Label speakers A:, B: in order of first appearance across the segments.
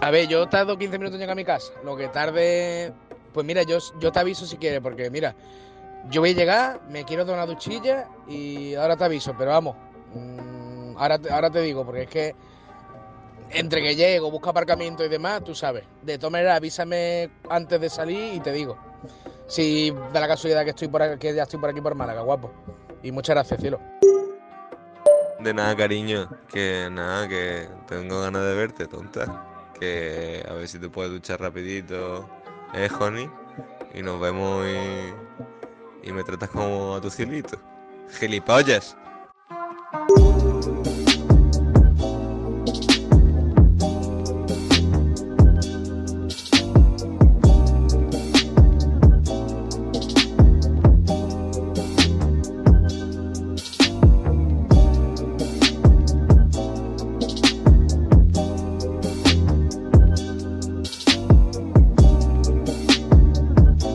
A: A ver, yo tardo 15 minutos en llegar a mi casa. Lo que tarde. Pues mira, yo, yo te aviso si quieres, porque mira, yo voy a llegar, me quiero dar una duchilla y ahora te aviso, pero vamos. mm, Ahora, te- ahora te digo, porque es que entre que llego, busco aparcamiento y demás, tú sabes. De todas maneras, avísame antes de salir y te digo. Si da la casualidad que estoy por aquí, que ya estoy por aquí por Málaga, guapo. Y muchas gracias, cielo.
B: De nada, cariño. Que nada, que tengo ganas de verte, tonta. Que a ver si te puedes duchar rapidito, ¿eh, Honey? Y nos vemos y, y me tratas como a tu cielito. ¡Gilipollas!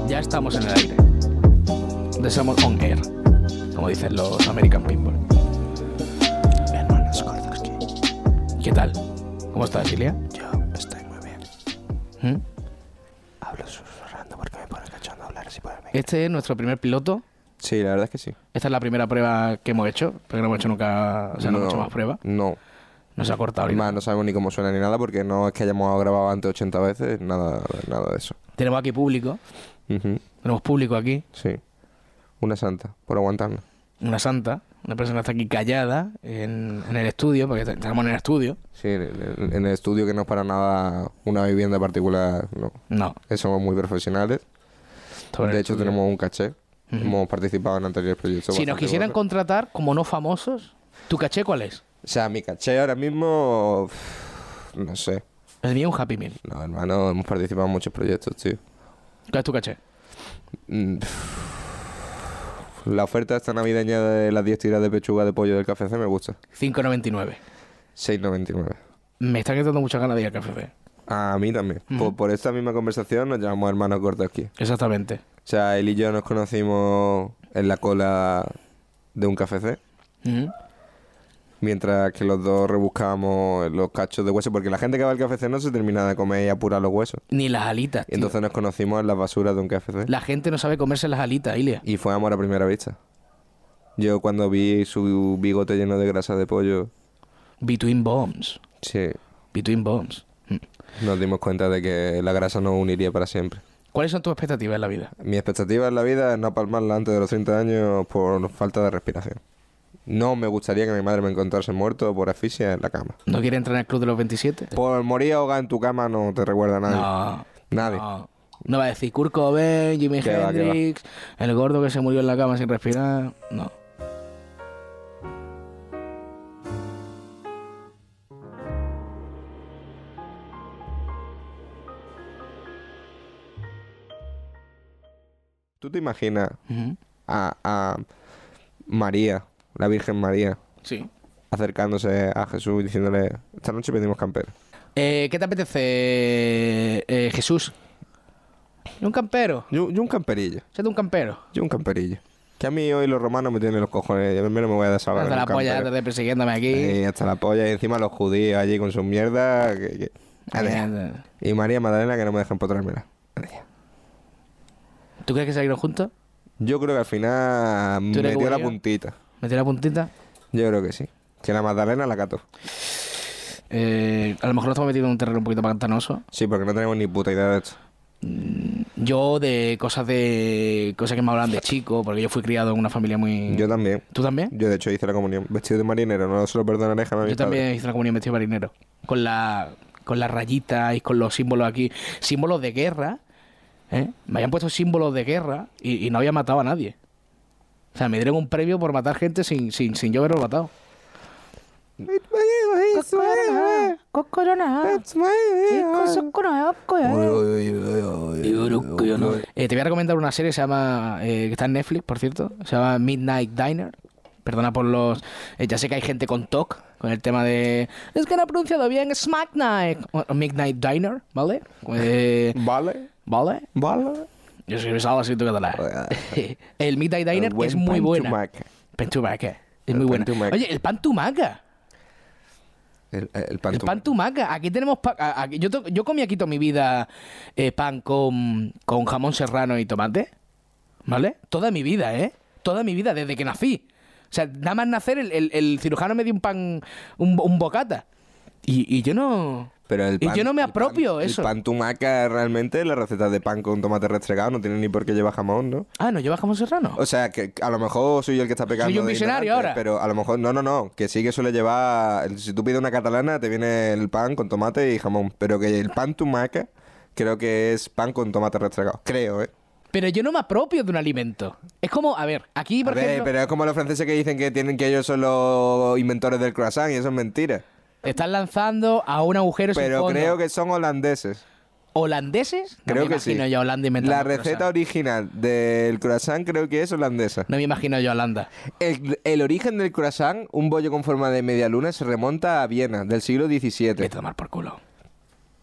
C: Ya estamos en el aire. Deseamos on air, como dicen los American people.
D: Hermanos Kordowski,
C: ¿Qué tal? ¿Cómo estás, Silvia?
D: yo estoy muy bien.
C: ¿Mm?
D: Hablo susurrando porque me pone cachondo hablar así por el micro.
C: Este es nuestro primer piloto.
D: Sí, la verdad es que sí.
C: Esta es la primera prueba que hemos hecho, pero no hemos hecho nunca, o sea, no, hemos hecho más pruebas.
D: No.
C: No se ha cortado ni
D: Más, no sabemos ni cómo suena ni nada porque no es que hayamos grabado antes 80 veces, nada, nada de eso.
C: nada. Tenemos aquí público,
D: Ujú,
C: tenemos público aquí,
D: Sí. Una santa, por aguantarnos.
C: una santa, una persona que está aquí callada en, en el estudio, porque estamos en el estudio.
D: Sí, en el, en el estudio que no es para nada una vivienda particular, no.
C: No,
D: Eh, Somos muy profesionales.
C: estamos en el
D: de hecho,
C: estudio.
D: tenemos un caché.
C: Ujú.
D: Hemos participado en anteriores proyectos.
C: Si nos
D: bastante
C: quisieran
D: gordos.
C: contratar como no famosos, ¿tu caché cuál es?
D: O sea, mi caché ahora mismo. uf, No sé.
C: El mío es un Happy Meal.
D: No, hermano, hemos participado en muchos proyectos, tío.
C: ¿Cuál es tu caché?
D: Mm, La oferta esta navideña de las 10 tiras de pechuga de pollo del KFC me gusta.
C: 5.99.
D: 6,99.
C: Me están quedando muchas ganas de ir al café.
D: A mí también. por, por esta misma conversación nos llamamos hermanos cortos aquí.
C: Exactamente.
D: O sea, él y yo nos conocimos en la cola de un KFC.
C: Ujú.
D: Mientras que los dos rebuscábamos los cachos de hueso, porque la gente que va al KFC no se termina de comer y apura los huesos.
C: Ni las alitas.
D: Y
C: tío.
D: entonces nos conocimos en las basuras de un KFC.
C: La gente no sabe comerse las alitas, Ilia.
D: Y fue amor a primera vista. Yo cuando vi su bigote lleno de grasa de pollo,
C: Between bombs.
D: sí,
C: Between bombs. Mm.
D: nos dimos cuenta de que la grasa nos uniría para siempre.
C: ¿Cuáles son tus expectativas en la vida?
D: Mi expectativa en la vida es no palmarla antes de los 30 años por falta de respiración. No me gustaría que mi madre me encontrase muerto por asfixia en la cama.
C: ¿No quieres entrar en el club de los 27?
D: Por morir ahogado en tu cama no te recuerda a nadie.
C: No.
D: Nadie.
C: No. No va a decir Kurt Cobain, Jimi
D: Qué va, qué va.
C: Hendrix, el gordo que se murió en la cama sin respirar. No.
D: ¿Tú te imaginas
C: Ujú.
D: a, a María, la Virgen María,
C: Sí.
D: acercándose a Jesús y diciéndole, esta noche pedimos campero?
C: Eh, ¿Qué te apetece, eh, Jesús? Un campero.
D: Yo, yo un camperillo,
C: Sete un campero.
D: yo un camperillo. Que a mí hoy los romanos me tienen los cojones, yo primero me voy a desahogar.
C: Hasta
D: con
C: la
D: un
C: polla,
D: campero. Eh,
C: te persiguiéndome aquí.
D: Sí, hasta la polla, y encima los judíos allí con sus mierdas. que- que- Adiós.
C: Eh,
D: Y María Magdalena que no me deja empotrármela. Adiós.
C: ¿Tú crees que salieron juntos?
D: Yo creo que al final
C: ¿Tú eres
D: metió
C: como
D: la
C: yo?
D: puntita.
C: ¿Metió la puntita?
D: Yo creo que sí. Que la Magdalena la cató.
C: Eh, a lo mejor nos estamos metiendo en un terreno un poquito pantanoso.
D: Sí, porque no tenemos ni puta idea de esto.
C: Yo de cosas de cosas que me hablan de chico, porque yo fui criado en una familia muy.
D: Yo también.
C: ¿Tú también?
D: Yo, de hecho, hice la comunión vestido de marinero. No se lo perdonaré jamás a
C: Yo
D: mis
C: también hice la comunión vestido de marinero. Con la con las rayitas y con los símbolos aquí, símbolos de guerra. ¿eh? Me habían puesto símbolos de guerra y, y no había matado a nadie. O sea, me dieron un premio por matar gente sin, sin, sin yo haberlo matado.
D: padres.
C: Eh, te voy a recomendar una serie que se llama eh, que está en Netflix, por cierto. Se llama Midnight Diner. Perdona por los. eh, ya sé que hay gente con TOC, con el tema de. Es que no he pronunciado bien, es Night. Midnight Diner, ¿vale? Eh,
D: Vale,
C: ¿Vale?
D: vale.
C: Yo soy pesado, así tú catalán. el Midnight Diner
D: Buen
C: es muy
D: pan
C: buena.
D: tumaca.
C: Pentumaca. Es
D: El
C: muy
D: pan
C: buena.
D: tumaca.
C: Oye, el pan tumaca.
D: El, el pan
C: El
D: tu-
C: pan tumaca. Aquí tenemos pa- a- aquí- yo, to- yo comí aquí toda mi vida eh, pan con, con jamón serrano y tomate. ¿Vale? Toda mi vida, ¿eh? Toda mi vida, desde que nací. O sea, nada más nacer, el, el- el cirujano me dio un pan, un, bo- un bocata. Y, y yo no.
D: Pero el
C: y yo no me
D: el pan-
C: apropio eso.
D: El pan tumaca realmente, la receta de pan con tomate restregado no tiene ni por qué llevar jamón, ¿no?
C: Ah, no lleva jamón serrano.
D: O sea, que a lo mejor soy yo el que está pecando.
C: Soy un
D: de
C: visionario
D: ignorante,
C: ahora.
D: Pero a lo mejor, no, no, no. Que sí que suele llevar. Si tú pides una catalana, te viene el pan con tomate y jamón. Pero que el pan tumaca, creo que es pan con tomate restregado. Creo, ¿eh?
C: Pero yo no me apropio de un alimento. Es como, a ver, aquí,
D: A
C: por
D: ver,
C: ejemplo,
D: pero es como los franceses que dicen que tienen que ellos son los inventores del croissant y eso es mentira.
C: te están lanzando a un agujero sin
D: Pero
C: fondo.
D: creo que son holandeses.
C: ¿Holandeses? No
D: Creo
C: me
D: que sí.
C: imagino yo a Holanda inventando
D: La
C: un
D: receta
C: croissant.
D: original del croissant creo que es holandesa.
C: No me imagino yo a Holanda.
D: El, el origen del croissant, un bollo con forma de media luna, se remonta a Viena, del siglo XVII.
C: Vete a tomar por culo.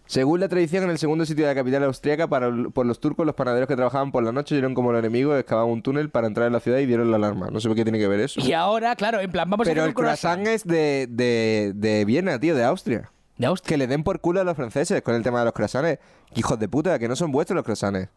D: Según la tradición, en el segundo sitio de la capital austríaca, para, por los turcos, los panaderos que trabajaban por la noche vieron como el enemigo excavaba un túnel para entrar en la ciudad y dieron la alarma. No sé por qué tiene que ver eso.
C: Y ahora, claro, en plan, vamos a
D: Pero
C: hacer
D: el
C: un croissant.
D: croissant es de, de, de Viena, tío, de Austria.
C: De Austria.
D: Que le den por culo a los franceses con el tema de los croissants. Hijos de puta, que no son vuestros los croissants.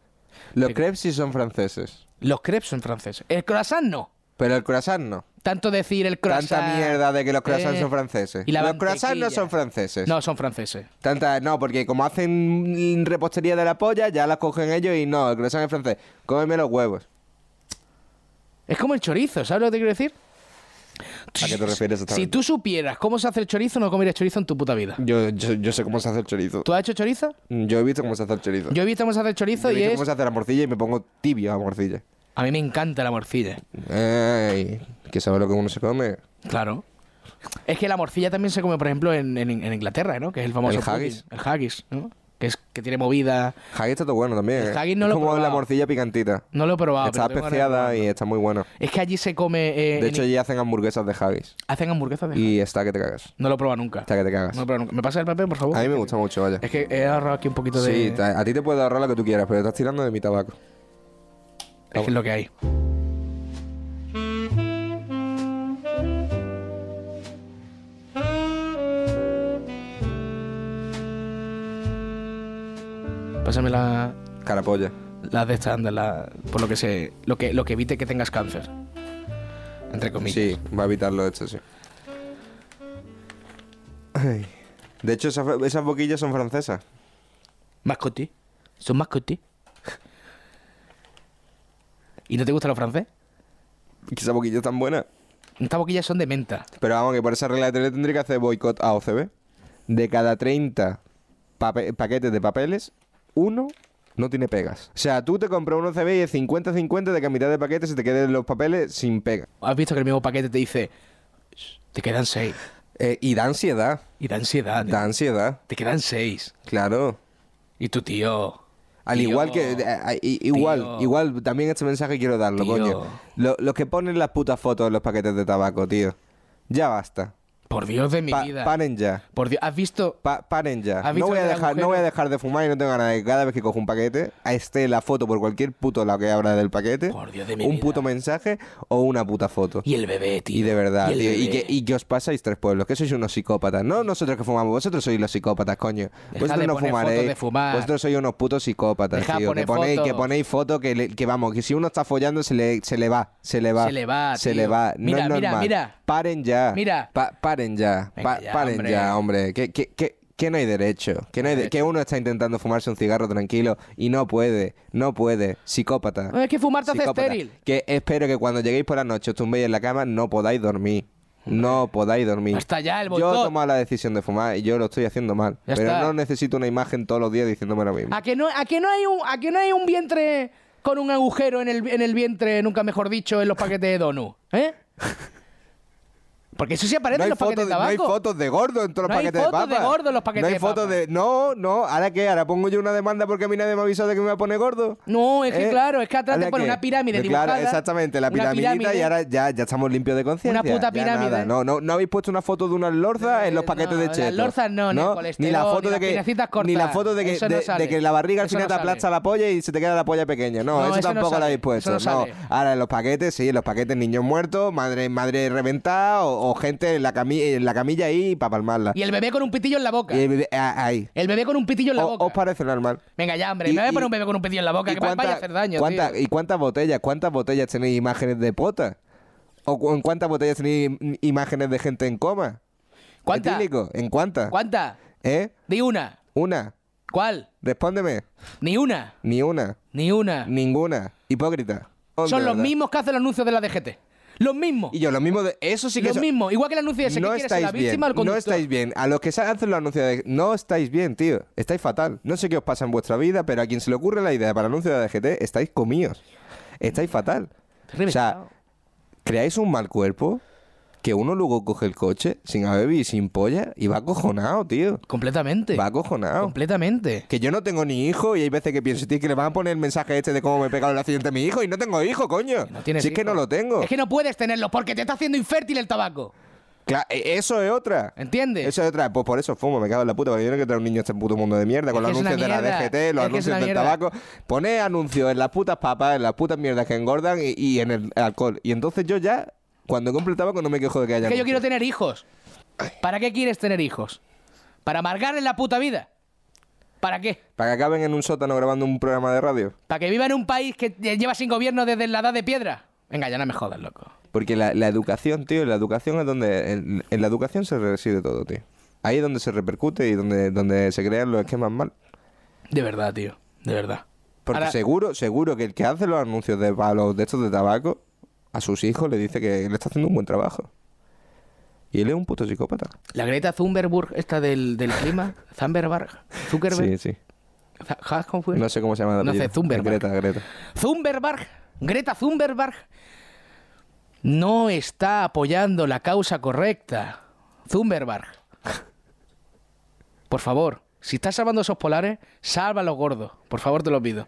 D: Los
C: Pero-
D: crepes sí son franceses.
C: Los crepes son franceses. El croissant no.
D: Pero el croissant no.
C: Tanto decir el croissant.
D: Tanta mierda de que los croissants
C: eh,
D: son franceses.
C: y la
D: los croissants no
C: mantequilla.
D: son franceses.
C: No, son franceses.
D: Tanta, no, porque como hacen repostería de la polla, ya las cogen ellos y no, el croissant es francés. Cómeme los huevos.
C: Es como el chorizo, ¿sabes lo que te quiero decir?
D: ¿A qué te refieres
C: Si
D: exactamente?
C: tú supieras cómo se hace el chorizo, no comerías chorizo en tu puta vida.
D: Yo, yo, yo sé cómo se hace el chorizo.
C: ¿Tú has hecho chorizo?
D: Yo he visto cómo se hace el chorizo.
C: Yo he visto cómo se hace el
D: Yo
C: chorizo
D: he
C: y
D: visto
C: es.
D: cómo se hace la morcilla y me pongo tibio a morcilla.
C: A mí me encanta la morcilla.
D: Ay, que sabe lo que uno se come.
C: Claro. Es que la morcilla también se come, por ejemplo, en, en- en Inglaterra, ¿no? Que es el famoso.
D: El haggis.
C: pudding, El haggis, ¿no? Que, es, que tiene movida.
D: Haggis está todo bueno también.
C: El
D: ¿eh?
C: haggis no
D: es
C: lo he
D: como la
C: probado.
D: morcilla picantita.
C: No lo he probado.
D: está
C: pero tengo ganas de
D: especiada y
C: probarlo.
D: está muy buena.
C: Es que allí se come. eh,
D: De
C: en-
D: hecho, allí hacen hamburguesas de haggis.
C: hacen hamburguesas de
D: Y está que te cagas.
C: No lo he probado nunca.
D: Está que te cagas.
C: No lo he probado nunca. ¿Me pasa el papel, por favor?
D: A mí me gusta mucho, vaya.
C: Es que he ahorrado aquí un poquito de.
D: Sí, a a ti te puede ahorrar lo que tú quieras, pero estás tirando de mi tabaco.
C: Es que es lo que hay. Pásame la,
D: Carapolla.
C: las de estas, anda, la, por lo que sé, lo que, lo que evite que tengas cáncer. Entre comillas.
D: Sí, va a evitarlo, esto sí. Ay. De hecho, esas, esas boquillas son francesas.
C: Mascotí. Son mascotí. ¿Y no te gusta lo francés?
D: Que esas boquillas tan buenas.
C: Estas boquillas son de menta.
D: Pero vamos, que por esa regla de tele tendría que hacer boicot a OCB. De cada 30 pape- paquetes de papeles, uno no tiene pegas. O sea, tú te compras un OCB y es 50-50 de que a mitad de paquetes se te queden los papeles sin pega.
C: ¿Has visto que el mismo paquete te dice, "Shh, te quedan seis?
D: Eh, y da ansiedad.
C: Y da ansiedad.
D: Da ansiedad,
C: Te quedan seis.
D: claro.
C: Y tu tío.
D: Al
C: Tío.
D: igual que. eh, eh, i- igual,
C: Tío.
D: igual, también este mensaje quiero darlo,
C: Tío.
D: coño. Lo- los que ponen las putas fotos en los paquetes de tabaco, tío. Ya basta.
C: Por Dios de mi
D: Pa-
C: vida.
D: Paren ya.
C: Por Dios, ¿has visto?
D: Pa- paren ya.
C: ¿Has
D: No
C: visto
D: voy, a
C: el
D: dejar, no
C: agujero?
D: voy a dejar de fumar y no tengo ganas de que cada vez que cojo un paquete esté la foto por cualquier puto lado que abra del paquete.
C: Por Dios de mi
D: un
C: vida.
D: puto mensaje o una puta foto.
C: Y el bebé, tío.
D: Y de verdad,
C: el
D: tío, y,
C: bebé.
D: que, y que os pasáis tres pueblos, que sois unos psicópatas. No nosotros que fumamos, vosotros sois los psicópatas, coño.
C: de
D: vosotros no
C: poner
D: fumaréis.
C: fotos de fumar.
D: Vosotros sois unos putos psicópatas,
C: Deja de
D: tío.
C: poner
D: Que ponéis, que
C: fotos.
D: ponéis fotos que, le- que vamos, que si uno está follando se le, se le va, se le va.
C: Se le va,
D: Se
C: tío.
D: le va. No
C: Mira,
D: es
C: mira,
D: normal.
C: mira.
D: Paren ya.
C: Mira.
D: Pa- paren ya.
C: Venga
D: Pa-
C: ya,
D: paren
C: hombre.
D: ya, hombre. Que, que, que- que no hay derecho. Que, no hay de- que uno está intentando fumarse un cigarro tranquilo y no puede. No puede. Psicópata.
C: No, es que fumar te hace
D: Psicópata.
C: estéril.
D: Que espero que cuando lleguéis por la noche os tumbéis en la cama, no podáis dormir. No podáis dormir.
C: Hasta ya el
D: Yo he
C: boicot.
D: tomado la decisión de fumar y yo lo estoy haciendo mal.
C: Ya
D: pero
C: está. Ah,
D: no necesito una imagen todos los días diciéndome lo mismo.
C: ¿A que, no, a, que no hay un, ¿A que no hay un vientre con un agujero en el, en el vientre, nunca mejor dicho, en los paquetes de Donu? ¿Eh? Porque eso sí aparece
D: No
C: en
D: hay,
C: los paquetes
D: fotos,
C: de
D: de- no hay
C: tabaco.
D: fotos de gordo en todos los
C: No hay
D: paquetes de
C: fotos
D: papa.
C: de gordo en los paquetes
D: No hay
C: de
D: fotos
C: papa.
D: de. No, no. ¿Ahora qué? ¿Ahora pongo yo una demanda porque a mí nadie me ha avisado de que me va a poner gordo?
C: No, es que
D: ¿Eh?
C: claro, es que atrás
D: ¿Ahora
C: te pone
D: qué?
C: una pirámide
D: Yo, Claro,
C: dibujada.
D: exactamente, la
C: Una
D: piramidita
C: pirámide.
D: y ahora ya, ya estamos limpios de conciencia.
C: Una puta
D: ya
C: pirámide.
D: nada. No, no, no habéis puesto una foto de unas lorzas
C: Eh,
D: en los paquetes
C: no,
D: de
C: las
D: chetos.
C: lorzas no, ni el colesterol, ni las piernecitas cortas.
D: ni la foto de que,
C: Eso no
D: de- de
C: sale.
D: que la barriga al
C: Eso no
D: final te
C: sale.
D: aplasta la polla y se te queda la polla pequeña. No,
C: No,
D: eso,
C: eso no
D: tampoco lo
C: sale.
D: habéis puesto.
C: Eso no
D: no.
C: sale.
D: Ahora en los paquetes, sí, en los paquetes niños muertos, madre, madre reventada o, o gente en la, cami- en la camilla ahí para palmarla.
C: Y el bebé con un pitillo en la boca.
D: Y el bebé- ah, ahí.
C: El bebé con un pitillo en la
D: ¿O-
C: boca.
D: ¿Os parece normal?
C: Venga, ya, hombre.
D: Y-
C: me voy a
D: y-
C: poner un bebé con un pitillo en la boca.
D: ¿Y
C: Que va- vaya a hacer daño.
D: cuánta-
C: tío.
D: ¿Y cuántas botellas? ¿Cuántas botellas tenéis imágenes de potas? ¿O cu- en cuántas botellas tenéis im- imágenes de gente en coma?
C: ¿Cuánta?
D: Etílico, ¿En cuántas?
C: ¿Cuánta?
D: ¿Eh?
C: Di una.
D: Una.
C: ¿Cuál?
D: Respóndeme.
C: Ni una.
D: Ni una.
C: Ni una.
D: Ninguna. Hipócrita. Hombre,
C: Ah. Son los
D: ¿verdad?
C: mismos que hacen los anuncios de la DGT. Los mismos.
D: Y yo, lo mismo de. Eso sí que
C: los
D: so-
C: mismos. Igual que el anuncio ese.
D: no
C: ¿Qué quieres ser,
D: estáis
C: la
D: bien.
C: víctima o el
D: No
C: conductor?
D: estáis bien. A los que se hacen los anuncios de. No estáis bien, tío. Estáis fatal. No sé qué os pasa en vuestra vida, pero a quien se le ocurre la idea para el anuncio de DGT, estáis comidos. Estáis fatal. O sea,
C: Reventado.
D: creáis un mal cuerpo que uno luego coge el coche sin haber y sin polla y va acojonado, tío.
C: Completamente.
D: Va acojonado.
C: Completamente.
D: Que yo no tengo ni hijo y hay veces que pienso, tío, que le van a poner el mensaje este de cómo me he pegado el accidente a mi hijo y no tengo hijo, coño.
C: No tienes
D: si es que
C: hijo.
D: no lo tengo.
C: Es que no puedes tenerlo porque te está haciendo infértil el tabaco.
D: Cla- e- eso es otra.
C: ¿Entiendes?
D: Eso es otra. Pues por eso fumo, me cago en la puta, porque yo no quiero traer un niño a este puto mundo de mierda
C: Es
D: con los
C: que es una
D: anuncios de la
C: mierda.
D: DGT, los
C: Es que es
D: anuncios
C: una
D: del
C: mierda.
D: tabaco. Poné anuncios en las putas papas, en las putas mierdas que engordan y, y en el alcohol. Y entonces yo ya, cuando compro el tabaco, no me quejo de que haya.
C: Es que yo quiero
D: anuncios.
C: tener hijos. ¿Para qué quieres tener hijos? ¿Para amargarles la puta vida? ¿Para qué?
D: Para que acaben en un sótano grabando un programa de radio.
C: ¿Para que viva en un país que lleva sin gobierno desde la edad de piedra? Venga, ya no me jodas, loco.
D: Porque la, la educación, tío, la educación es donde. En, en la educación se reside todo, tío. Ahí es donde se repercute y donde, donde se crean los esquemas mal.
C: De verdad, tío. De verdad.
D: Porque
C: Ahora-
D: seguro, seguro que el que hace los anuncios de pa- los de estos de tabaco, a sus hijos le dice que le está haciendo un buen trabajo. Y él es un puto psicópata.
C: La Greta Thunberg, esta del, del clima, Thunberg,
D: Sí,
C: Zuckerberg,
D: sí.
C: Za- ¿has confundido?
D: No sé cómo se llama. de
C: No sé,
D: apellido.
C: Zumberman.
D: Greta, Greta.
C: Thunberg, Greta Thunberg, no está apoyando la causa correcta. Thunberg, por favor, si estás salvando esos polares, salva a los gordos, por favor te lo pido.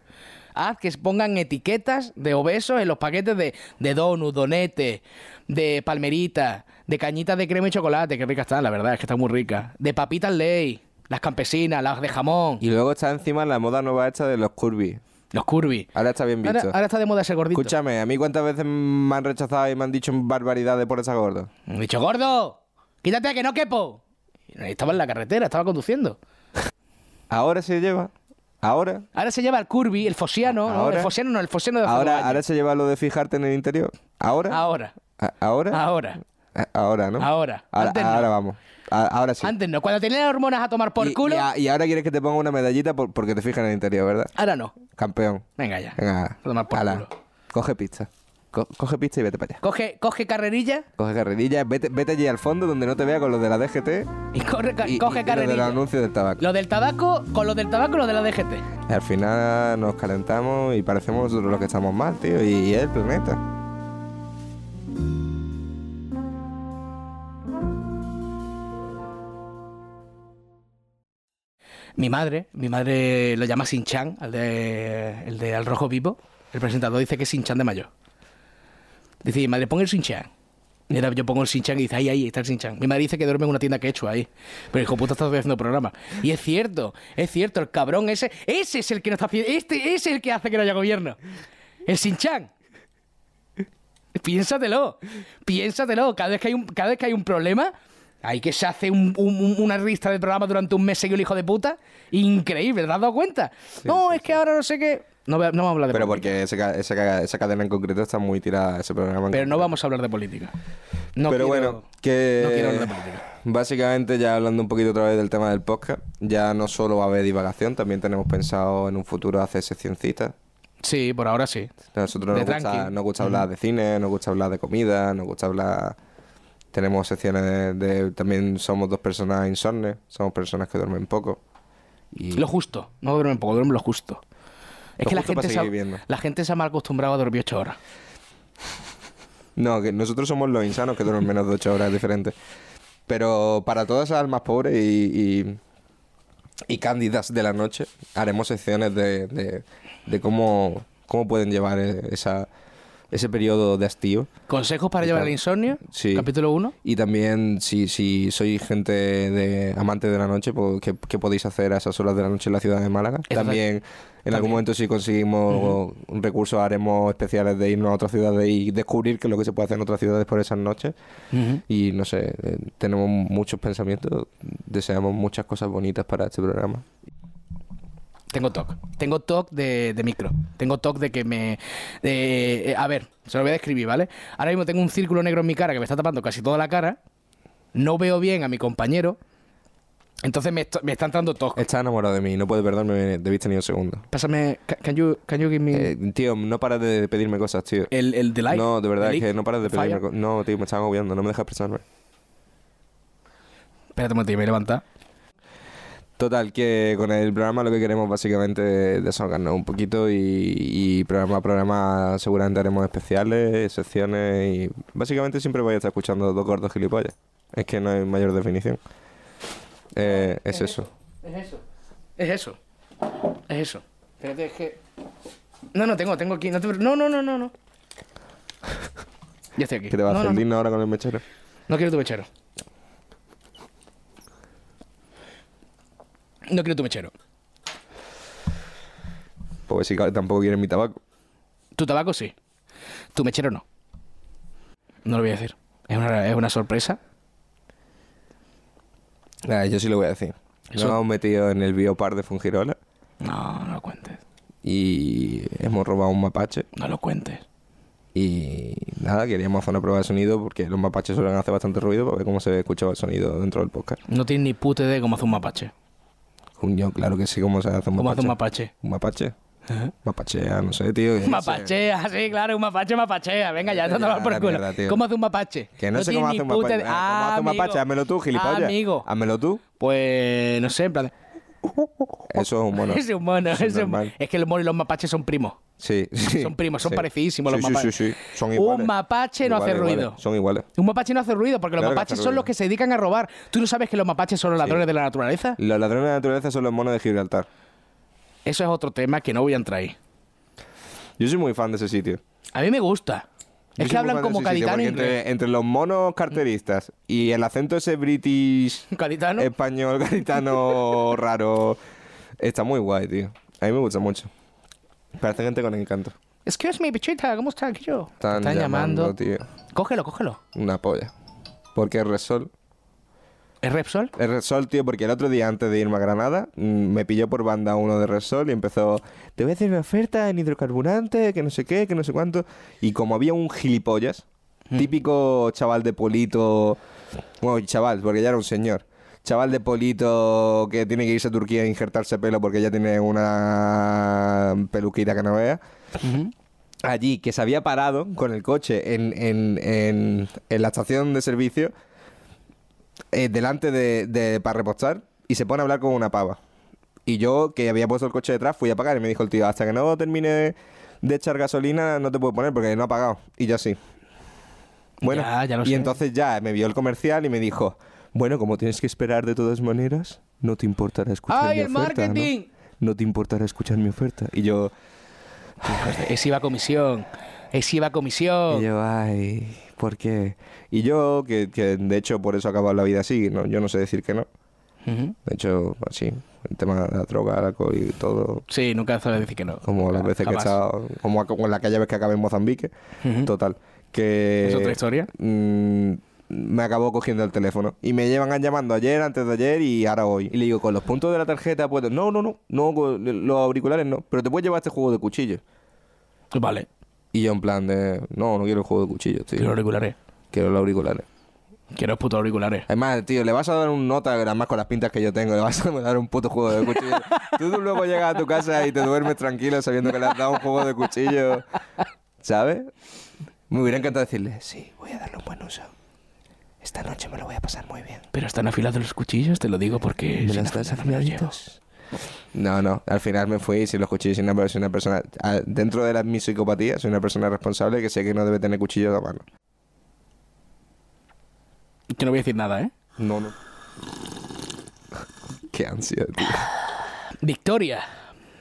C: Haz que pongan etiquetas de obesos en los paquetes de, de donut, donete, de palmerita, de cañitas de crema y chocolate, que ricas están, la verdad, es que están muy ricas. De papitas ley, las campesinas, las de jamón,
D: Y luego está encima la moda nueva esta de los curvy.
C: los curvy.
D: Ahora está bien
C: Ahora,
D: visto.
C: ahora está de moda ese gordito.
D: Escúchame, ¿a mí cuántas veces me han rechazado y me han dicho barbaridades por esa gorda?
C: Me he dicho, gordo, quítate que no quepo. Y Estaba en la carretera, estaba conduciendo.
D: Ahora se lleva. Ahora.
C: Ahora se lleva el curvy, el fosiano, ¿no?
D: Ahora-
C: El fosiano no, el fosiano de hace dos
D: Ahora, ahora
C: años.
D: se lleva lo de fijarte en el interior. Ahora.
C: ahora,
D: A- Ahora.
C: ahora,
D: A- Ahora, ¿no?
C: ahora.
D: Ahora,
C: Antes no.
D: ahora vamos. A- ahora sí.
C: Antes no, cuando tenía las hormonas a tomar por
D: y,
C: culo,
D: y a- y ahora quieres que te ponga una medallita por- porque te fijas en el interior, ¿verdad?
C: ahora no.
D: Campeón.
C: Venga ya.
D: Venga,
C: A tomar por
D: ala.
C: culo.
D: coge pista. Co- coge pista y vete para allá.
C: Coge, coge carrerilla
D: Coge carrerilla, vete, vete allí al fondo donde no te vea con los de la DGT
C: y corre, ca- coge
D: y, y los de los
C: carrerilla.
D: anuncios del tabaco.
C: Lo del tabaco, con lo del tabaco, lo de la DGT.
D: Y al final nos calentamos y parecemos nosotros los que estamos mal, tío, y, y es el planeta.
C: Mi madre, mi madre lo llama Sinchan, al de, el de Al Rojo Vivo. El presentador dice que es Sinchan de mayor. Dice, mi madre, pon el Sinchan. Y ahora yo pongo el Sinchan y dice, ahí, ahí, está el Sinchan. Mi madre dice que duerme en una tienda que he hecho ahí. Pero hijo puta, estás haciendo programa. Y es cierto, es cierto, el cabrón ese, ese es el que no está haciendo, este es el que hace que no haya gobierno. El Sinchan. Piénsatelo, piénsatelo. Cada vez que hay un, cada vez que hay un problema, hay que se hace un- un- un- una lista de programas durante un mes seguido el hijo de puta. Increíble, ¿te has dado cuenta? no, es que ahora no sé qué. No, ve- no vamos a hablar de
D: Pero
C: política.
D: porque ese ca- esa, ca- esa cadena en concreto está muy tirada, ese programa. en
C: Pero no
D: concreto.
C: vamos a hablar de política. No
D: Pero
C: quiero-
D: bueno, que.
C: no quiero hablar de política.
D: Básicamente, ya hablando un poquito otra vez del tema del podcast, ya no solo va a haber divagación, también tenemos pensado en un futuro hacer seccioncitas.
C: Sí, por ahora sí.
D: A Nosotros
C: De
D: nos gusta,
C: tranqui. Mm.
D: nos gusta hablar de cine, nos gusta hablar de comida, nos gusta hablar. Tenemos secciones de. de- también somos dos personas insomnes, somos personas que duermen poco. Y
C: Lo justo. No duermen poco, duermen lo justo. Es
D: Lo
C: que la,
D: justo
C: gente
D: para
C: se
D: seguir viviendo.
C: ha, la gente se ha mal acostumbrado a dormir ocho horas.
D: No, que nosotros somos los insanos que duermen menos de ocho horas diferentes. Pero para todas las almas pobres y, y, y cándidas de la noche, haremos secciones de, de- de cómo, cómo pueden llevar eh, esa, ese periodo de hastío.
C: Consejos para
D: Y
C: llevar
D: tal.
C: el insomnio,
D: Sí.
C: capítulo 1.
D: Y también, si, si sois gente de amante de la noche, pues, ¿qué, qué podéis hacer a esas horas de la noche en la ciudad de Málaga?
C: Eso
D: también, en algún momento, si conseguimos un recurso, haremos especiales de irnos a otras ciudades y descubrir qué es lo que se puede hacer en otras ciudades por esas noches. Y no sé, eh, tenemos muchos pensamientos, deseamos muchas cosas bonitas para este programa.
C: Tengo TOC. Tengo TOC de, de micro. Tengo TOC de que me. de- eh, a ver, se lo voy a describir, ¿vale? Ahora mismo tengo un círculo negro en mi cara que me está tapando casi toda la cara. No veo bien a mi compañero. Entonces me, está- me está entrando TOC.
D: Está enamorado de mí, no puede perderme de vista ni un segundo.
C: Pásame. ca- Can you, can you give me.
D: Eh, tío, no paras de pedirme cosas, tío.
C: el, el de Eh, like?
D: no, de verdad,
C: ¿El
D: es que
C: leak?
D: no paras de pedirme
C: Fire?
D: cosas. No, tío, me estás agobiando, no me dejas expresarme.
C: Espérate un momento, me voy a levantar.
D: Total, que con el programa lo que queremos básicamente es desahogarnos un poquito y, y programa a programa seguramente haremos especiales, secciones y básicamente siempre vais a estar escuchando dos gordos gilipollas. Es que no hay mayor definición. Eh, es eso.
C: Es eso. Es eso. Es eso. Espérate, es que. No, no, tengo, tengo aquí. No, te... no, no, no, no. no. Ya estoy aquí.
D: ¿Qué te va a
C: No,
D: hacer
C: no, no.
D: digno ahora con el mechero?
C: No quiero tu mechero. No quiero tu mechero.
D: Pues si ca- tampoco quieres mi tabaco.
C: Tu tabaco sí. Tu mechero no. No lo voy a decir. Es una, es una sorpresa.
D: Ah, yo sí lo voy a decir. Nos
C: Eso-
D: hemos metido en el biopar de Fungirola
C: No, no lo cuentes.
D: y hemos robado un mapache.
C: No lo cuentes.
D: Y nada, queríamos hacer una prueba de sonido porque los mapaches suelen hacer bastante ruido para ver cómo se escuchaba el sonido dentro del podcast.
C: No tienes ni puta idea de cómo hace un mapache.
D: Coño, claro que sí, cómo se hace un
C: ¿Cómo hace
D: mapache.
C: un mapache?
D: un mapache.
C: Ajá.
D: Mapachea, no sé, tío. que-
C: Mapachea, ah, sí, claro, un mapache mapachea. Venga, ya, no te
D: Ya,
C: vas por
D: la
C: culo.
D: mierda, tío.
C: ¿Cómo hace un mapache?
D: Que no, sé
C: tienes
D: cómo hace
C: ni
D: un
C: puta
D: mapache.
C: idea.
D: Ah, ¿Cómo hace un
C: Amigo. Ah,
D: mapache? Házmelo tú, gilipollas.
C: Amigo.
D: Házmelo tú.
C: Pues, no sé, en plan. de-
D: Eso es un mono.
C: es un mono,
D: es
C: es un mono.
D: normal.
C: Es que el mono y los mapaches son primos.
D: Sí, sí,
C: Son primos, son
D: sí.
C: parecidísimos los
D: Sí, sí,
C: mapaches.
D: Sí, sí, Son
C: Un
D: iguales.
C: mapache no hace ruido.
D: Son iguales.
C: Un mapache no hace ruido porque
D: Claro
C: los
D: que
C: mapaches
D: hace
C: son
D: ruido.
C: los que se dedican a robar. ¿Tú no sabes que los mapaches son los ladrones de la naturaleza?
D: Los ladrones de la naturaleza son los monos de Gibraltar.
C: Eso es otro tema que no voy a entrar ahí.
D: Yo soy muy fan de ese sitio.
C: A mí me gusta.
D: Yo
C: Es
D: soy
C: que hablan
D: muy fan de
C: como
D: ese sitio,
C: caditano
D: porque
C: y inglés.
D: entre, entre los monos carteristas y el acento ese british
C: ¿Caditano?
D: Eh, español gaditano raro. Está muy guay, tío. A mí me gusta mucho. Parece gente con encanto.
C: Excuse me, bichita, ¿cómo está aquí yo?
D: Están, llamando, tío.
C: Cógelo, cógelo.
D: Una polla. Porque Resol.
C: ¿Es Repsol?
D: Es Resol, tío, porque el otro día antes de irme a Granada mm, me pilló por banda uno de Resol y empezó. Te voy a hacer una oferta en hidrocarburante, que no sé qué, que no sé cuánto. Y como había un gilipollas, típico chaval de polito. Bueno, chaval, porque ya era un señor. Chaval de polito que tiene que irse a Turquía a injertarse pelo porque ya tiene una peluquita que no vea allí que se había parado con el coche en, en- en- en la estación de servicio eh, delante de, de- para repostar y se pone a hablar con una pava. Y yo, que había puesto el coche detrás, fui a pagar y me dijo el tío, hasta que no termine de echar gasolina no te puedo poner porque no ha pagado. Y yo así. Bueno,
C: Ya, ya lo
D: y
C: sé.
D: entonces ya me vio el comercial y me dijo, bueno, como tienes que esperar de todas maneras, no te importará escuchar
C: ¡Ay,
D: mi
C: el
D: oferta, ¿no?
C: marketing!
D: No te importará escuchar mi oferta. Y yo...
C: Es IVA comisión. Es IVA
D: Y
C: comisión.
D: yo, ay, ¿por qué? Y yo, que, que de hecho por eso ha acabado la vida así, ¿no? yo no sé decir que no.
C: Ujú.
D: De hecho, así, el tema de la droga, el alcohol y todo,
C: Sí, nunca sabes decir que no.
D: como las
C: Ja-
D: veces
C: jamás.
D: que he estado, como, ac- como la aquella vez que acabé en Mozambique,
C: Ujú.
D: total, que...
C: Es otra historia.
D: mm, me acabó cogiendo el teléfono y me llevan llamando ayer, antes de ayer y ahora hoy. Y le digo, con los puntos de la tarjeta puedo... No, no, no, no, con los auriculares no, pero te puedes llevar este juego de cuchillos.
C: Vale,
D: Y yo en plan de, no, no quiero el juego de cuchillos, tío.
C: quiero auriculares.
D: Quiero los auriculares.
C: Quiero putos auriculares.
D: Además, tío, le vas a dar un nota, además con las pintas que yo tengo, le vas a dar un puto juego de cuchillo. tú, tú luego llegas a tu casa y te duermes tranquilo sabiendo que le has dado un juego de cuchillo. ¿Sabes? Me hubiera encantado decirle, sí, voy a darle un buen uso. Esta noche me lo voy a pasar muy bien.
C: Pero están afilados los cuchillos, te lo digo porque.
D: ¿Me
C: sin
D: las das
C: afilar no me los
D: afiladitos? No, no, al final me fui sin los cuchillos, soy una, soy una persona, a- dentro de la, mi psicopatía, soy una persona responsable que sé que no debe tener cuchillos a mano.
C: llevo. Yo no voy a decir nada, ¿eh?
D: No, no. Qué ansia, tío.
C: Victoria.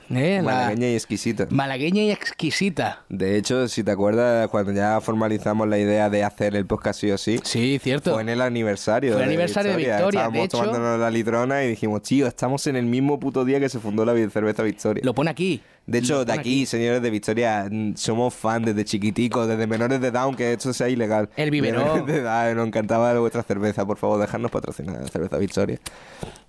C: ¿eh? La-
D: Malagueña y exquisita.
C: malagueña y exquisita.
D: De hecho, si te acuerdas, cuando ya formalizamos la idea de hacer el podcast sí o sí,
C: Sí, cierto.
D: fue en el aniversario.
C: Fue el aniversario de Victoria,
D: Estábamos
C: de hecho.
D: tomándonos la litrona y dijimos, tío, estamos en el mismo puto día que se fundó la vi- cerveza Victoria.
C: Lo pone aquí.
D: De
C: Lo
D: hecho, de
C: pone
D: aquí, señores de Victoria, mm, somos fan desde chiquiticos, desde menores de edad, aunque esto sea ilegal.
C: El biberón.
D: vivero de edad, nos encantaba vuestra cerveza, por favor, dejadnos patrocinar la cerveza Victoria.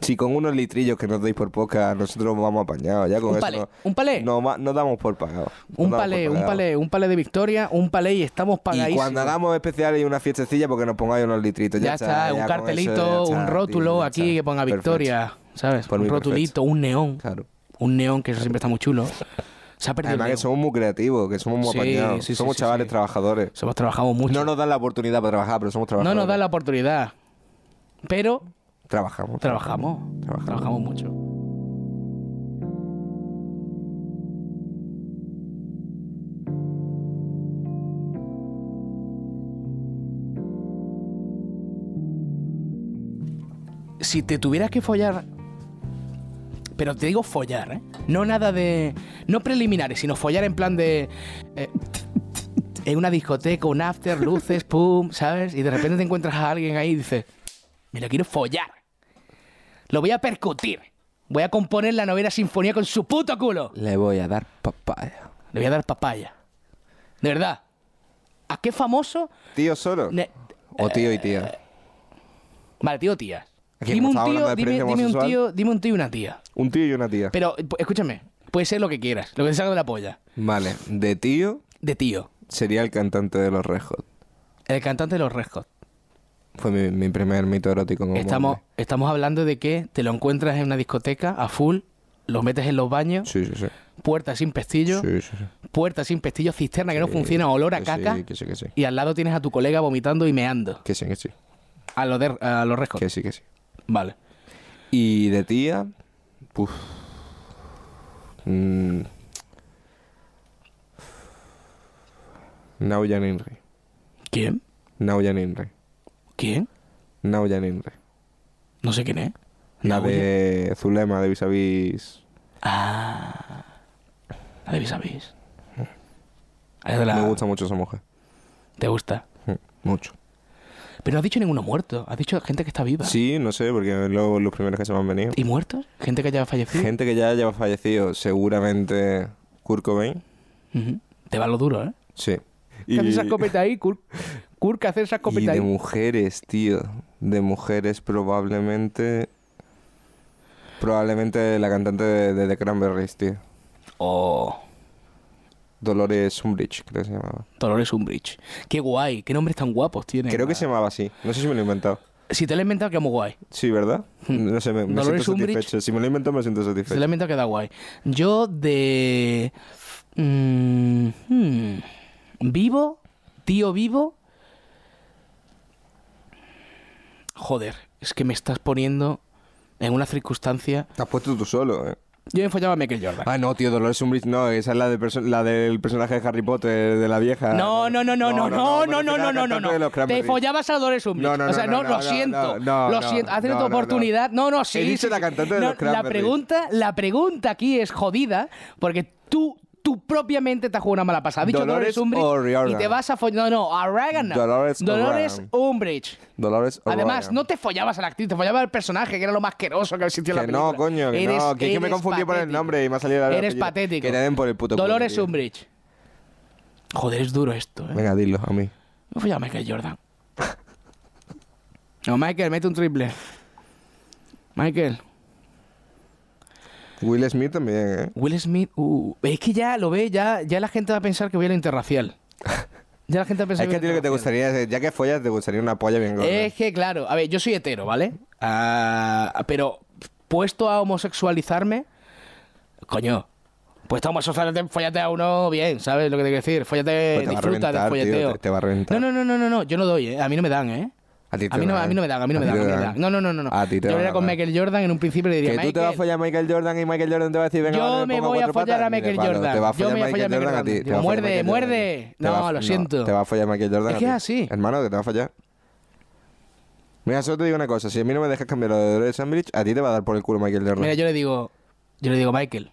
D: Si con unos litrillos que nos deis por poca, nosotros vamos apañados ya con
C: Un
D: eso.
C: palé,
D: no-
C: un palé.
D: No, ma- no damos por pagado. No
C: Un
D: damos
C: palé,
D: por
C: un
D: pagado.
C: palé, un palé de victoria, un palé y estamos pagadísimos.
D: Y cuando hagamos especiales y una fiestecilla, porque nos pongáis unos litritos.
C: ya,
D: Ya,
C: está,
D: ya
C: un
D: con
C: cartelito,
D: eso ya está,
C: un rótulo
D: tío, ya
C: aquí
D: está.
C: que ponga
D: Perfecto.
C: victoria, ¿sabes?
D: Por
C: un
D: mí,
C: rotulito,
D: perfecto.
C: un neón.
D: Claro.
C: Un neón, que eso siempre está muy chulo. Se ha perdido. el
D: Además que
C: neón.
D: somos muy creativos, que somos muy
C: Sí,
D: apañados.
C: sí, sí,
D: somos
C: sí,
D: chavales
C: sí.
D: trabajadores.
C: Somos trabajado mucho.
D: No nos dan la oportunidad para trabajar, pero somos
C: No
D: trabajadores.
C: nos da la oportunidad. Pero
D: Trabajamos.
C: trabajamos.
D: Trabajamos.
C: Trabajamos mucho. Si te tuvieras que follar. Pero te digo follar, ¿eh? No nada de. No preliminares, sino follar en plan de. eh, en una discoteca, un after, luces, pum, ¿sabes? Y de repente te encuentras a alguien ahí y dices. Me lo quiero follar. Lo voy a percutir. Voy a componer la novena sinfonía con su puto culo.
D: Le voy a dar papaya.
C: Le voy a dar papaya. De verdad. ¿A qué famoso?
D: ¿Tío solo?
C: ne- eh,
D: ¿O tío y tía?
C: Vale, tío, tía.
D: Aquí
C: Dime
D: hemos
C: un
D: estado hablando
C: tío,
D: de
C: dime,
D: experiencia
C: dime un
D: homosexual.
C: tío, dime un tío y una tía.
D: Un tío y una tía.
C: Pero eh, escúchame, puede ser lo que quieras, lo que te salga de la polla.
D: Vale, de tío
C: De tío,
D: sería el cantante de los Rejos.
C: el cantante de los Red Hot.
D: Fue mi, mi primer mito erótico. como
C: Estamos,
D: hombre.
C: estamos hablando de que te lo encuentras en una discoteca a full, los metes en los baños,
D: Sí, sí, sí.
C: puerta sin pestillo,
D: Sí, sí, sí.
C: puerta sin pestillo, cisterna que no
D: Sí,
C: funciona, olor a
D: que
C: caca.
D: Sí, que sí, que sí.
C: Y al lado tienes a tu colega vomitando y meando.
D: Que sí, que sí.
C: A los de, a los rescos.
D: Que sí, que sí.
C: Vale.
D: Y de tía. Puf. Mm. Naujan Inri.
C: ¿Quién?
D: Naujan Inri.
C: ¿Quién?
D: Naujan Inri.
C: No sé quién es.
D: La
C: Nahuya.
D: de Zulema, de Vis a Vis.
C: Ah. La de Vis a Vis. Ah, es de la-
D: Mm. Me gusta mucho esa mujer.
C: Te gusta.
D: Mm, Mucho.
C: Pero no has dicho ninguno muerto. Has dicho gente que está viva.
D: Sí, no sé, porque luego los primeros que se me han venido.
C: ¿Y muertos? Gente que haya fallecido.
D: Gente que ya haya fallecido, seguramente Kurt Cobain.
C: Ujú. Te va lo duro, ¿eh?
D: Sí.
C: ¿Qué haces esa escopeta ahí, Kurk? Kurk, ¿qué haces esa
D: y
C: escopeta
D: de
C: ahí?
D: mujeres, tío. De mujeres probablemente... Probablemente la cantante de, de The Cranberries, tío.
C: Oh.
D: Dolores Umbridge, creo que se llamaba.
C: Dolores Umbridge. Qué guay. Qué nombres tan guapos tiene.
D: Creo que se llamaba así. No sé si me lo he inventado.
C: Si te lo he inventado, queda muy guay.
D: Sí, ¿verdad? No sé, me, me
C: Hmm. Dolores
D: siento
C: Umbridge.
D: satisfecho. Si me lo he inventado, me siento
C: Se le
D: satisfecho.
C: lamento que da guay. Yo de. mm, hmm, vivo, tío vivo. Joder, es que me estás poniendo en una circunstancia.
D: Te has puesto tú solo, eh.
C: Yo me follaba a Michael Jordan.
D: Ah, no, tío, Dolores Umbridge no, esa es la, de perso- la del personaje de Harry Potter, de la vieja.
C: No, no, no, no, no, no, no,
D: me refiero
C: no, no,
D: a la
C: no, no,
D: cantante de
C: no.
D: los
C: Te
D: Cranberries.
C: follabas a Dolores Umbridge.
D: No, no,
C: O sea,
D: no,
C: no,
D: no,
C: lo
D: no,
C: siento.
D: no, no,
C: Lo
D: no,
C: siento. Has tenido
D: no,
C: tu
D: no, no.
C: oportunidad. No, no, sí.
D: He dicho
C: sí,
D: la
C: sí.
D: cantante de
C: No,
D: los
C: La
D: Cranberries.
C: pregunta, la pregunta aquí es jodida porque tú tu propia mente te ha jugado una mala pasada. Has dicho Dolores,
D: Dolores
C: Umbridge y
D: O'Riordan.
C: te vas a follar. No, no, a Reagan.
D: Dolores
C: Dolores
D: O'Riordan.
C: Umbridge.
D: Dolores oh,
C: Además,
D: O'Riordan.
C: no te follabas a la actriz, te follabas al personaje, que era lo más asqueroso que existía en la
D: Que
C: película.
D: no, coño, que
C: Eres-
D: no, que, es que me
C: eres
D: confundí por el
C: patético.
D: nombre y me ha salido la
C: Eres patético.
D: Que te den por el puto culo,
C: Dolores
D: tío.
C: Umbridge. Joder, es duro esto, ¿eh?
D: Venga, dilo a mí.
C: Me fui a Michael Jordan. No, Michael, mete un triple. Michael.
D: Will Smith también, ¿eh?
C: Will Smith. uh, es que ya lo ve, ya, ya la gente va a pensar que voy a lo interracial. Ya la gente va a pensar
D: Es
C: voy
D: que,
C: a
D: tío,
C: lo
D: lo que te
C: interracial.
D: gustaría, ya que follas, te gustaría una polla bien gorda.
C: Es que, claro, a ver, yo soy hetero, ¿vale? Ah, pero puesto a homosexualizarme, coño. Puesto a homosexualizarte, follate a uno bien, ¿sabes lo que te quiero decir? Follate,
D: Pues te va
C: disfruta
D: a
C: del
D: reventar, tío,
C: folleteo.
D: te- te va a reventar.
C: No, no, no, no, no, no, yo no doy, ¿eh? A mí no me dan, ¿eh?
D: a, ti te
C: A mí, no,
D: dan,
C: a mí no me dan, a mí no me
D: ti
C: dan, a
D: te
C: mí no me dan. No, no, no, no. no.
D: A ti te
C: yo
D: van
C: era
D: a
C: con
D: dar.
C: Michael Jordan en un principio le diría,
D: Que tú te vas a
C: "Michael,
D: follar a Michael Jordan y Michael Jordan te va a decir, venga,
C: yo
D: ahora
C: me
D: pongo
C: voy a
D: cuatro
C: follar
D: patas.
C: a Michael
D: Ni de palo.
C: Jordan.
D: Te va a
C: Yo me
D: follar
C: voy a follar
D: Michael
C: a Michael
D: Jordan a ti.
C: Jordan.
D: te va a follar
C: Muerde,
D: Michael Jordan a ti.
C: muerde.
D: Te va a-
C: No, lo siento.
D: Te va a follar Michael Jordan
C: Es
D: a
C: que
D: ti.
C: es así.
D: Hermano, que te va a follar. Mira, solo te digo una cosa. Si a mí no me dejas cambiar lo de Dolores Umbridge, a ti te va a dar por el culo Michael Jordan.
C: Mira, yo le digo, yo le digo, Michael,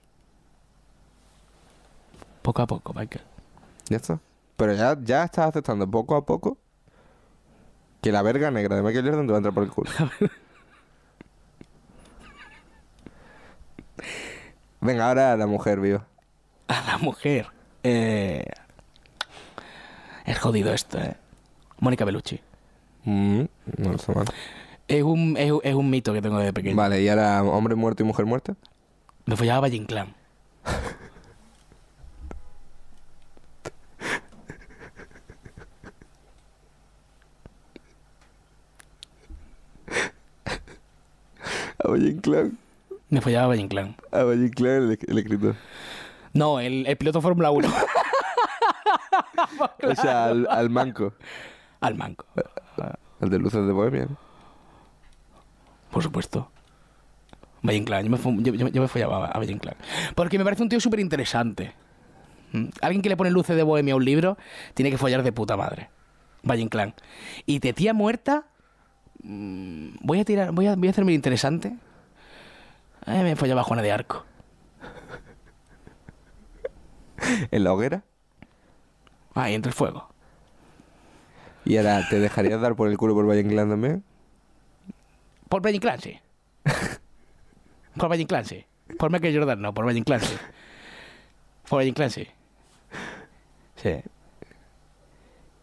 C: Poco a poco, Michael.
D: Ya está. Pero ya, ya estás aceptando poco a poco que la verga negra de Michael Jordan te va a entrar por el culo. Venga, ahora la mujer viva.
C: A la mujer. Eh... Es jodido esto, ¿eh? Mónica Bellucci.
D: Mm, no está mal.
C: Es un, es, un- es un mito que tengo desde pequeño.
D: Vale, y ahora hombre muerto y mujer muerta.
C: Me follaba a Valle Inclán.
D: A Valle Clan.
C: Me follaba a Valle Inclán.
D: A Valle Inclán, el, el escritor.
C: No, el, el piloto Fórmula 1.
D: O sea, al, al manco.
C: Al manco.
D: Al de luces de Bohemia. ¿no?
C: Por supuesto. Valle Inclán. Yo me, fu- yo, yo- yo me follaba a Valle Inclán. Porque me parece un tío súper interesante. Mm. Alguien que le pone luces de bohemia a un libro tiene que follar de puta madre. Valle Inclán. Y de tía muerta. mm, Voy a tirar. Voy a, voy a hacerme el interesante. Eh, me follaba a Juana de Arco.
D: En la hoguera.
C: Ahí entre el fuego.
D: Y ahora, ¿te dejarías dar por el culo por Valle Inclán también?
C: Por Brian Clancy. por Brian Clancy. Por Michael Jordan, no, por Brian Clancy. Por Brian Clancy. Sí.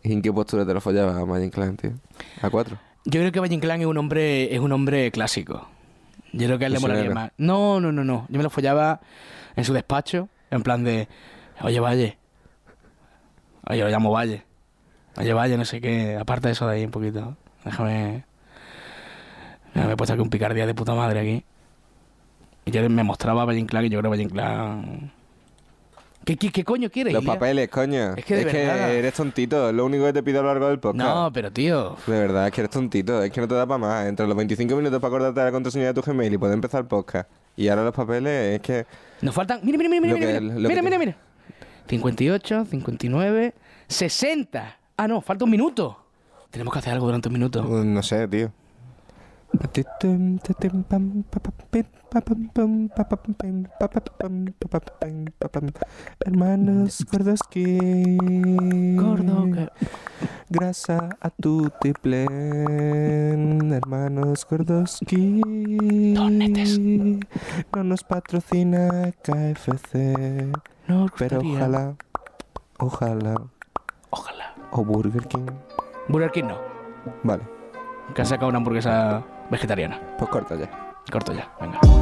D: ¿Y en qué postura te lo follabas a Valle Inclán, tío? A cuatro.
C: Yo creo que Valle Inclán es un hombre, es un hombre clásico. Yo creo que a él le molaría
D: Misionero.
C: más. No, no, no, no. Yo me lo follaba en su despacho, en plan de, oye Valle, oye lo llamo Valle, oye Valle, no sé qué. Aparte de eso de ahí un poquito, déjame. Mira, me he puesto aquí un picardía de puta madre aquí. Y yo me mostraba a Valle Inclán y yo creo que Valle Inclán. ¿Qué, qué, qué coño quieres?
D: Los
C: Ilia?
D: papeles, coño.
C: Es que de verdad.
D: eres tontito. Es lo único que te pido a lo largo del podcast.
C: No, pero tío,
D: De verdad, es que eres tontito, es que no te da para más. Entre los 25 minutos para acordarte de la contraseña de tu Gmail y poder empezar el podcast. Y ahora los papeles, es que.
C: Nos faltan. Mira, mira, mira, mira,
D: Lo que-
C: mira,
D: lo
C: mira,
D: que
C: mira,
D: te-
C: mira. 58, 59, 60. Ah, no, falta un minuto. Tenemos que hacer algo durante un minuto.
D: uh, No sé, tío. Hermanos Gordoski.
C: Gordo, que-
D: Grasa a tu tiplén, hermanos Gordoski.
C: Donetes.
D: No nos patrocina KFC,
C: No,
D: pero
C: gustaría.
D: ojalá, ojalá,
C: Ojalá.
D: o Burger King.
C: Burger King no,
D: Vale,
C: que ha sacado una hamburguesa vegetariana.
D: pues corta ya.
C: Corto ya, venga.